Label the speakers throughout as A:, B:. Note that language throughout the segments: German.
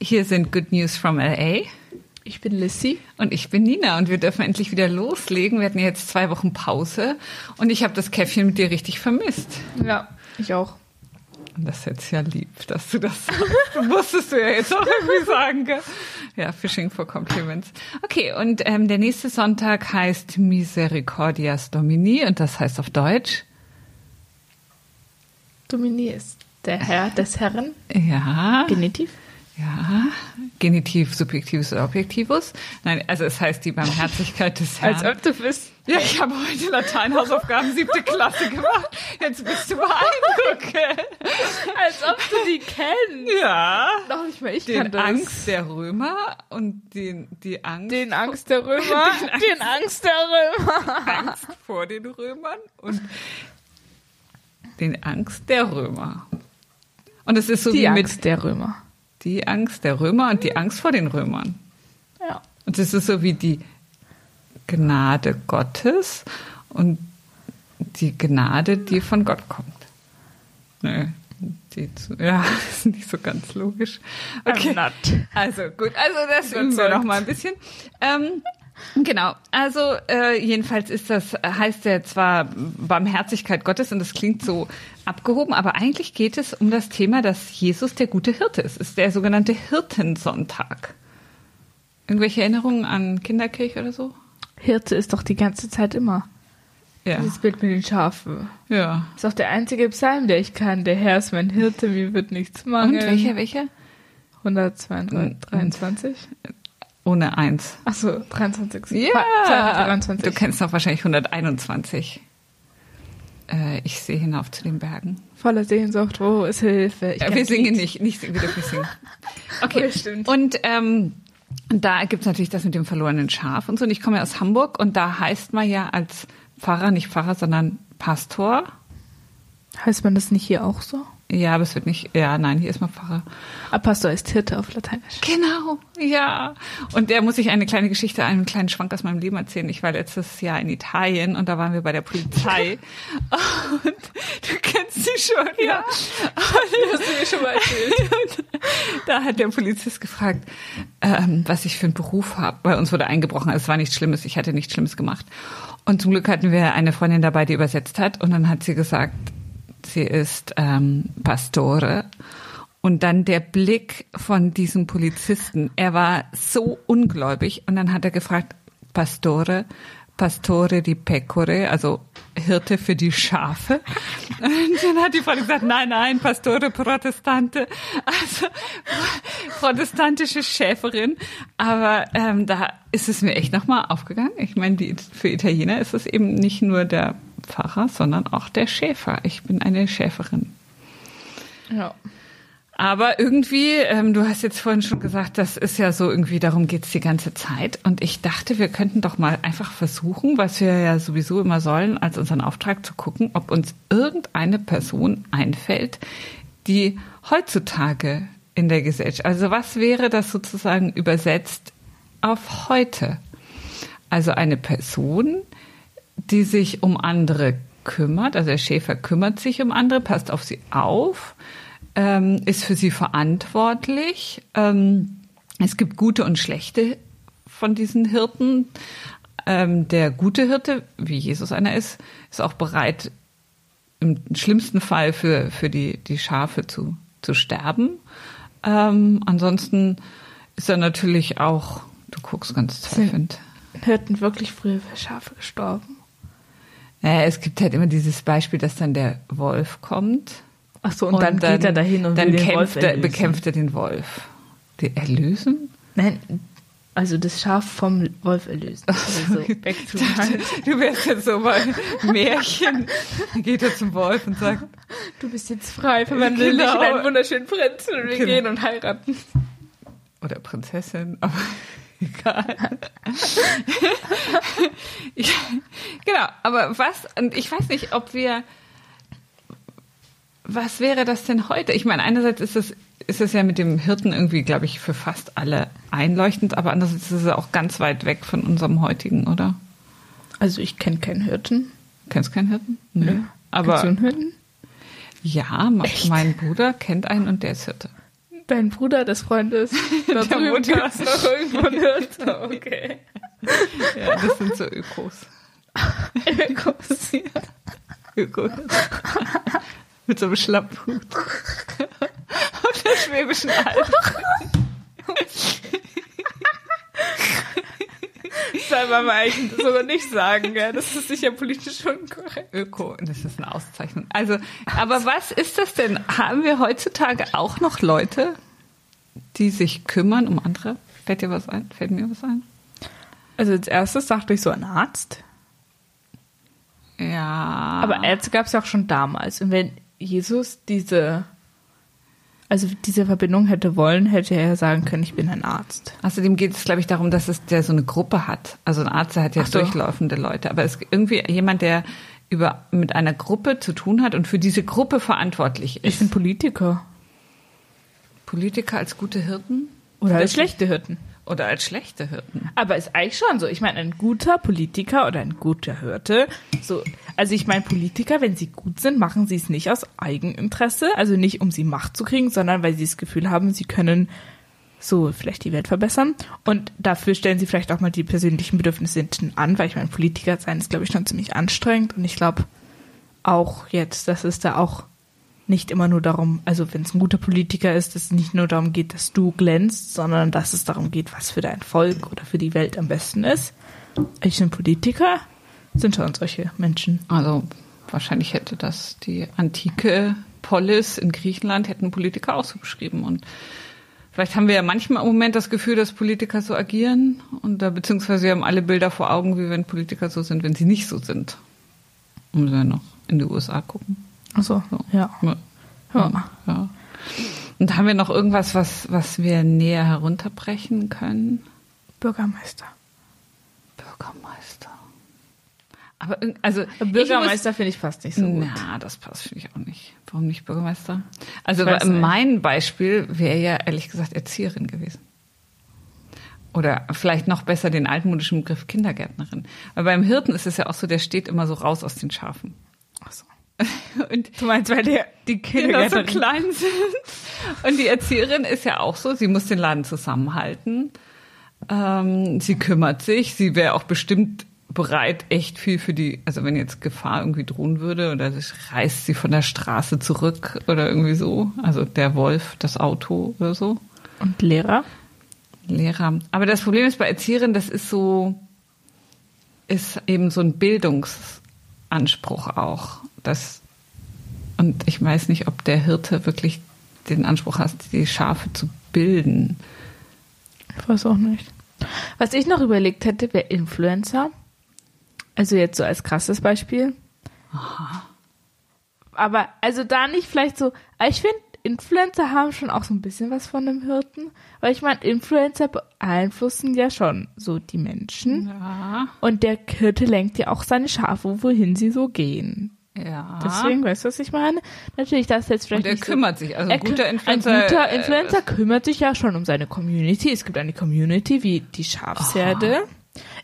A: Hier sind Good News from LA.
B: Ich bin Lissy.
A: Und ich bin Nina und wir dürfen endlich wieder loslegen. Wir hatten ja jetzt zwei Wochen Pause und ich habe das Käffchen mit dir richtig vermisst.
B: Ja, ich auch.
A: Und das ist jetzt ja lieb, dass du das sagst. Musstest du ja jetzt auch irgendwie sagen, gell? Ja, Fishing for Compliments. Okay, und ähm, der nächste Sonntag heißt Misericordias Domini und das heißt auf Deutsch.
B: Domini ist der Herr des Herren.
A: Ja.
B: Genitiv.
A: Ja, Genitiv, Subjektivus oder Objektivus. Nein, also es heißt die Barmherzigkeit des Herrn.
B: Als ob du bist.
A: Ja, ich habe heute Lateinhausaufgaben siebte Klasse gemacht. Jetzt bist du beeindruckt. gell?
B: Als ob du die kennst.
A: Ja.
B: Noch nicht mal ich
A: Den
B: kann das.
A: Angst der Römer und den, die Angst,
B: Den Angst der Römer. den, Angst. der Römer.
A: Angst vor den Römern und den Angst der Römer. Und es ist so wie mit
B: der Römer.
A: die Angst der Römer und die Angst vor den Römern.
B: Ja.
A: Und es ist so wie die Gnade Gottes und die Gnade, die von Gott kommt. Nö, die zu, ja, ist nicht so ganz logisch. Okay.
B: not.
A: Also gut, also das üben wir
B: Überzeugt.
A: noch mal ein bisschen. Ähm, Genau, also äh, jedenfalls ist das, heißt ja zwar Barmherzigkeit Gottes und das klingt so abgehoben, aber eigentlich geht es um das Thema, dass Jesus der gute Hirte ist. Es ist der sogenannte Hirtensonntag. Irgendwelche Erinnerungen an Kinderkirche oder so?
B: Hirte ist doch die ganze Zeit immer.
A: Ja.
B: Dieses Bild mit den Schafen.
A: ja.
B: Ist auch der einzige Psalm, der ich kann. Der Herr ist mein Hirte, mir wird nichts mangeln.
A: Und welcher, welcher?
B: 123?
A: Ohne eins.
B: Achso, 23.
A: Ja,
B: 23.
A: du kennst noch wahrscheinlich 121. Äh, ich sehe hinauf zu den Bergen.
B: Voller Sehnsucht, wo ist Hilfe? Ich
A: Ja, wir
B: kenn's
A: singen
B: nicht.
A: nicht, nicht wir dürfen nicht singen. Okay,
B: Ja, stimmt.
A: Und ähm, da gibt es natürlich das mit dem verlorenen Schaf und so. Und ich komme ja aus Hamburg und da heißt man ja als Pfarrer, nicht Pfarrer, sondern Pastor.
B: Heißt man das nicht hier auch so?
A: Ja, aber es wird nicht, ja, nein, hier ist man Pfarrer.
B: Ah, Pastor ist Hirte auf Lateinisch.
A: Genau, ja. Und der muss ich eine kleine Geschichte, einen kleinen Schwank aus meinem Leben erzählen. Ich war letztes Jahr in Italien und da waren wir bei der Polizei. und du kennst sie schon, ja.
B: Das hast du mir schon mal erzählt.
A: da hat der Polizist gefragt, ähm, was ich für einen Beruf habe. Bei uns wurde eingebrochen, also es war nichts Schlimmes, ich hatte nichts Schlimmes gemacht. Und zum Glück hatten wir eine Freundin dabei, die übersetzt hat. Und dann hat sie gesagt, sie ist ähm, Pastore. Und dann der Blick von diesem Polizisten. Er war so ungläubig. Und dann hat er gefragt, Pastore, Pastore di Pecore, also Hirte für die Schafe. Und dann hat die Frau gesagt, nein, nein, Pastore Protestante, also protestantische Schäferin. Aber ähm, da ist es mir echt nochmal aufgegangen. Ich meine, die, für Italiener ist es eben nicht nur der Pfarrer, sondern auch der Schäfer. Ich bin eine Schäferin.
B: Ja.
A: Aber irgendwie, ähm, du hast jetzt vorhin schon gesagt, das ist ja so irgendwie, darum geht's die ganze Zeit. Und ich dachte, wir könnten doch mal einfach versuchen, was wir ja sowieso immer sollen, als unseren Auftrag zu gucken, ob uns irgendeine Person einfällt, die heutzutage in der Gesellschaft, also was wäre das sozusagen übersetzt auf heute? Also eine Person, die sich um andere kümmert, also der Schäfer kümmert sich um andere, passt auf sie auf, ähm, ist für sie verantwortlich. Ähm, es gibt gute und schlechte von diesen Hirten. Ähm, der gute Hirte, wie Jesus einer ist, ist auch bereit, im schlimmsten Fall für, für die, die Schafe zu, zu sterben. Ähm, ansonsten ist er natürlich auch, du guckst ganz zweifelnd.
B: Hirten wirklich früher für Schafe gestorben.
A: Naja, es gibt halt immer dieses Beispiel, dass dann der Wolf kommt.
B: Ach so, und dann geht er dahin und
A: dann
B: will den
A: kämpft
B: Wolf
A: er,
B: erlösen.
A: bekämpft er den Wolf. Die erlösen?
B: Nein, also das Schaf vom Wolf erlösen. Also so, back to mind.
A: Du wärst jetzt so bei Märchen. Dann geht er zum Wolf und sagt,
B: Du bist jetzt frei,
A: verwandle dich in einen
B: wunderschönen Prinzen und wir
A: gehen
B: und heiraten.
A: oder Prinzessin, aber egal. ich, genau, aber was, und ich weiß nicht, ob wir, was wäre das denn heute? Ich meine, einerseits ist es, ist es ja mit dem Hirten irgendwie, glaube ich, für fast alle einleuchtend, aber andererseits ist es auch ganz weit weg von unserem heutigen, oder?
B: Also ich kenne keinen Hirten.
A: Kennst keinen Hirten? Nö.
B: Nö. Kennst du
A: Aber
B: einen Hirten?
A: ja, ma-
B: Echt?
A: mein Bruder kennt einen und der ist Hirte.
B: Dein Bruder des Freundes. Da
A: Der
B: drüben
A: Mutter.
B: gibt's noch irgendwo einen Okay.
A: Ja, das sind so Ökos.
B: Ökos.
A: Ökos. Mit so einem Schlapphut. Auf der Schwäbischen Alb.
B: Das soll man mal eigentlich sogar nicht sagen, gell? Das ist sicher politisch unkorrekt.
A: Öko, das ist eine Auszeichnung. Also, aber was ist das denn? Haben wir heutzutage auch noch Leute, die sich kümmern um andere? Fällt dir was ein? Fällt mir was ein?
B: Also als erstes dachte ich so ein Arzt.
A: Ja.
B: Aber Ärzte gab es ja auch schon damals. Und wenn Jesus diese, also diese Verbindung hätte wollen, hätte er ja sagen können, ich bin ein Arzt.
A: Außerdem geht es, glaube ich, darum, dass es der so eine Gruppe hat. Also ein Arzt der hat ja
B: Ach so.
A: durchlaufende Leute, aber es ist irgendwie jemand, der über mit einer Gruppe zu tun hat und für diese Gruppe verantwortlich
B: Ich
A: ist.
B: bin Politiker.
A: Politiker als gute Hirten
B: Oder als schlechte Hirten.
A: oder als schlechte Hirten.
B: Aber ist eigentlich schon so. Ich meine, ein guter Politiker oder ein guter Hirte, so, also ich meine, Politiker, wenn sie gut sind, machen sie es nicht aus Eigeninteresse, also nicht um sie Macht zu kriegen, sondern weil sie das Gefühl haben, sie können so vielleicht die Welt verbessern. Und dafür stellen sie vielleicht auch mal die persönlichen Bedürfnisse hinten an, weil ich meine, Politiker sein ist, glaube ich, schon ziemlich anstrengend. Und ich glaube auch jetzt, dass es da auch nicht immer nur darum, also wenn es ein guter Politiker ist, dass es nicht nur darum geht, dass du glänzt, sondern dass es darum geht, was für dein Volk oder für die Welt am besten ist. Ich bin Politiker, sind schon solche Menschen.
A: Also wahrscheinlich hätte das die antike Polis in Griechenland hätten Politiker auch so beschrieben und Vielleicht haben wir ja manchmal im Moment das Gefühl, dass Politiker so agieren und da beziehungsweise wir haben alle Bilder vor Augen, wie wenn Politiker so sind, wenn sie nicht so sind. Und wir noch in die USA gucken.
B: Achso, Also, ja.
A: Ja.
B: ja.
A: Ja. Und haben wir noch irgendwas, was, was wir näher herunterbrechen können?
B: Bürgermeister.
A: Bürgermeister. Aber irg- also
B: Bürgermeister finde ich fast nicht
A: Ich
B: so
A: muss,
B: gut.
A: na, das passt finde ich auch nicht. Warum nicht Bürgermeister? Also
B: Ich weiß nicht.
A: mein Beispiel wäre ja ehrlich gesagt Erzieherin gewesen. Oder vielleicht noch besser den altmodischen Begriff Kindergärtnerin. Weil beim Hirten ist es ja auch so, der steht immer so raus aus den Schafen.
B: Achso.
A: Und
B: Du meinst, weil der, die
A: Kinder
B: Kinder
A: so klein sind. Und die Erzieherin ist ja auch so, sie muss den Laden zusammenhalten. Ähm, sie kümmert sich, sie wäre auch bestimmt bereit, echt viel für die, also wenn jetzt Gefahr irgendwie drohen würde oder sich reißt sie von der Straße zurück oder irgendwie so, also der Wolf, das Auto oder so.
B: Und Lehrer?
A: Lehrer. Aber das Problem ist bei Erzieherinnen, das ist so, ist eben so ein Bildungsanspruch auch. Das, und ich weiß nicht, ob der Hirte wirklich den Anspruch hat, die Schafe zu bilden.
B: Ich weiß auch nicht. Was ich noch überlegt hätte, wäre Influencer. Also jetzt so als krasses Beispiel. Aber also da nicht vielleicht so, aber ich finde, Influencer haben schon auch so ein bisschen was von einem Hirten. Weil ich meine, Influencer beeinflussen ja schon so die Menschen.
A: Ja.
B: Und der Hirte lenkt ja auch seine Schafe, wohin sie so gehen.
A: Ja.
B: Deswegen, weißt du, was ich meine? Natürlich, das ist jetzt vielleicht
A: Ah. und er
B: nicht so-
A: kümmert sich. Also ein
B: kü-
A: guter Influencer.
B: ein guter
A: äh,
B: Influencer kümmert sich ja schon um seine Community. Es gibt eine Community wie die Schafsherde.
A: Oh.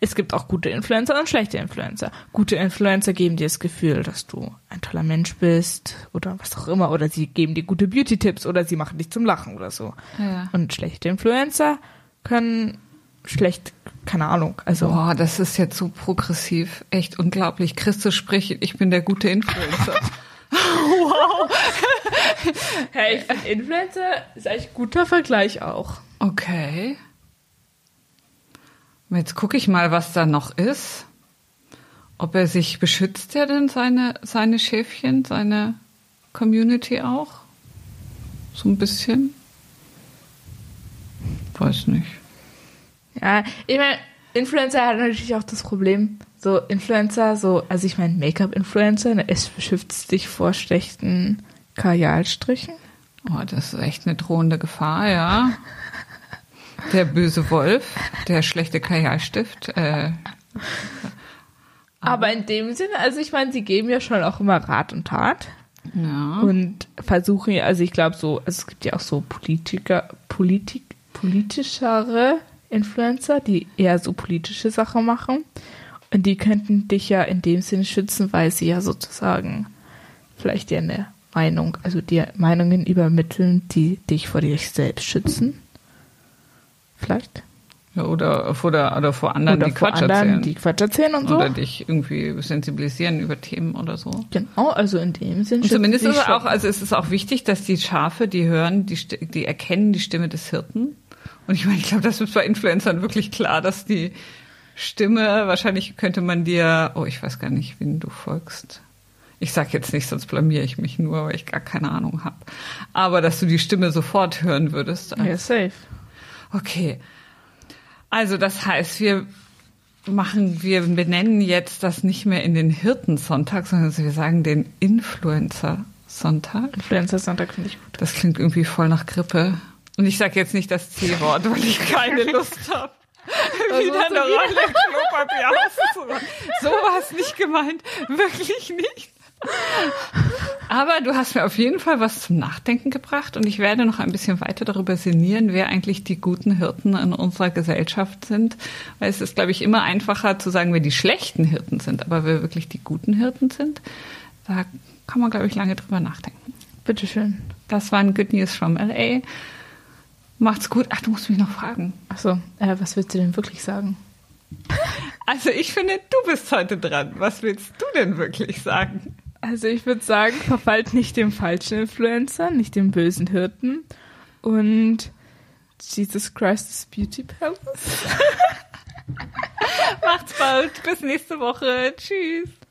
B: Es gibt auch gute Influencer und schlechte Influencer. Gute Influencer geben dir das Gefühl, dass du ein toller Mensch bist oder was auch immer. Oder sie geben dir gute Beauty-Tipps oder sie machen dich zum Lachen oder so.
A: Ja.
B: Und schlechte Influencer können schlecht, keine Ahnung, also
A: Boah, das ist jetzt so progressiv. Echt unglaublich. Christus spricht, ich bin der gute Influencer.
B: Hey, ich finde Influencer ist eigentlich ein guter Vergleich auch.
A: Okay. Jetzt gucke ich mal, was da noch ist. Ob er sich beschützt, er denn seine, seine Schäfchen, seine Community auch? So ein bisschen? Weiß nicht.
B: Ja, ich meine, Influencer hat natürlich auch das Problem, so Influencer, so, also ich meine Make-up-Influencer, ne, es beschützt dich vor schlechten Kajalstrichen.
A: Oh, das ist echt eine drohende Gefahr, ja. Der böse Wolf, der schlechte Kajalstift. Äh,
B: Aber in dem Sinne, also ich meine, sie geben ja schon auch immer Rat und Tat
A: ja.
B: und versuchen ja, also ich glaube so, also es gibt ja auch so Politiker, Politik, politischere Influencer, die eher so politische Sachen machen. Und die könnten dich ja in dem Sinne schützen, weil sie ja sozusagen vielleicht dir eine Meinung, also dir Meinungen übermitteln, die dich vor dich selbst schützen. Vielleicht.
A: Ja, oder, vor der, oder vor anderen,
B: Oder
A: die
B: vor
A: Quatsch
B: anderen,
A: erzählen.
B: die Quatsch erzählen und so.
A: Oder dich irgendwie sensibilisieren über Themen oder so.
B: genau, also in dem Sinn.
A: Und
B: schützen
A: zumindest
B: sie
A: ist es
B: schon.
A: auch, also es ist auch wichtig, dass die Schafe, die hören, die, Sti- die erkennen die Stimme des Hirten. Und ich meine, ich glaube, das ist bei Influencern wirklich klar, dass die Stimme, wahrscheinlich könnte man dir, oh, ich weiß gar nicht, wen du folgst. Ich sag jetzt nicht, sonst blamier ich mich nur, weil ich gar keine Ahnung habe. Aber dass du die Stimme sofort hören würdest.
B: Ja, safe.
A: Okay. Also das heißt, wir machen, wir benennen jetzt das nicht mehr in den Hirtensonntag, sondern wir sagen den Influencer-Sonntag.
B: Influencer Sonntag finde ich gut.
A: Das klingt irgendwie voll nach Grippe. Und ich sage jetzt nicht das C-Wort, weil ich keine Lust habe. Wieder
B: musst du
A: eine Rolle Klopapier auszuräumen. So war es nicht gemeint. Wirklich nicht. Aber du hast mir auf jeden Fall was zum Nachdenken gebracht und ich werde noch ein bisschen weiter darüber sinnieren, wer eigentlich die guten Hirten in unserer Gesellschaft sind. Weil es ist, glaube ich, immer einfacher zu sagen, wer die schlechten Hirten sind. Aber wer wirklich die guten Hirten sind, da kann man, glaube ich, lange drüber nachdenken.
B: Bitteschön.
A: Das waren Good News from LA. Macht's gut. Ach, du musst mich noch fragen.
B: Achso, äh, was willst du denn wirklich sagen?
A: Also ich finde, du bist heute dran. Was willst du denn wirklich sagen?
B: Also ich würde sagen, verfallt nicht dem falschen Influencer, nicht dem bösen Hirten und Jesus Christ's Beauty Palace.
A: Macht's bald. Bis nächste Woche. Tschüss.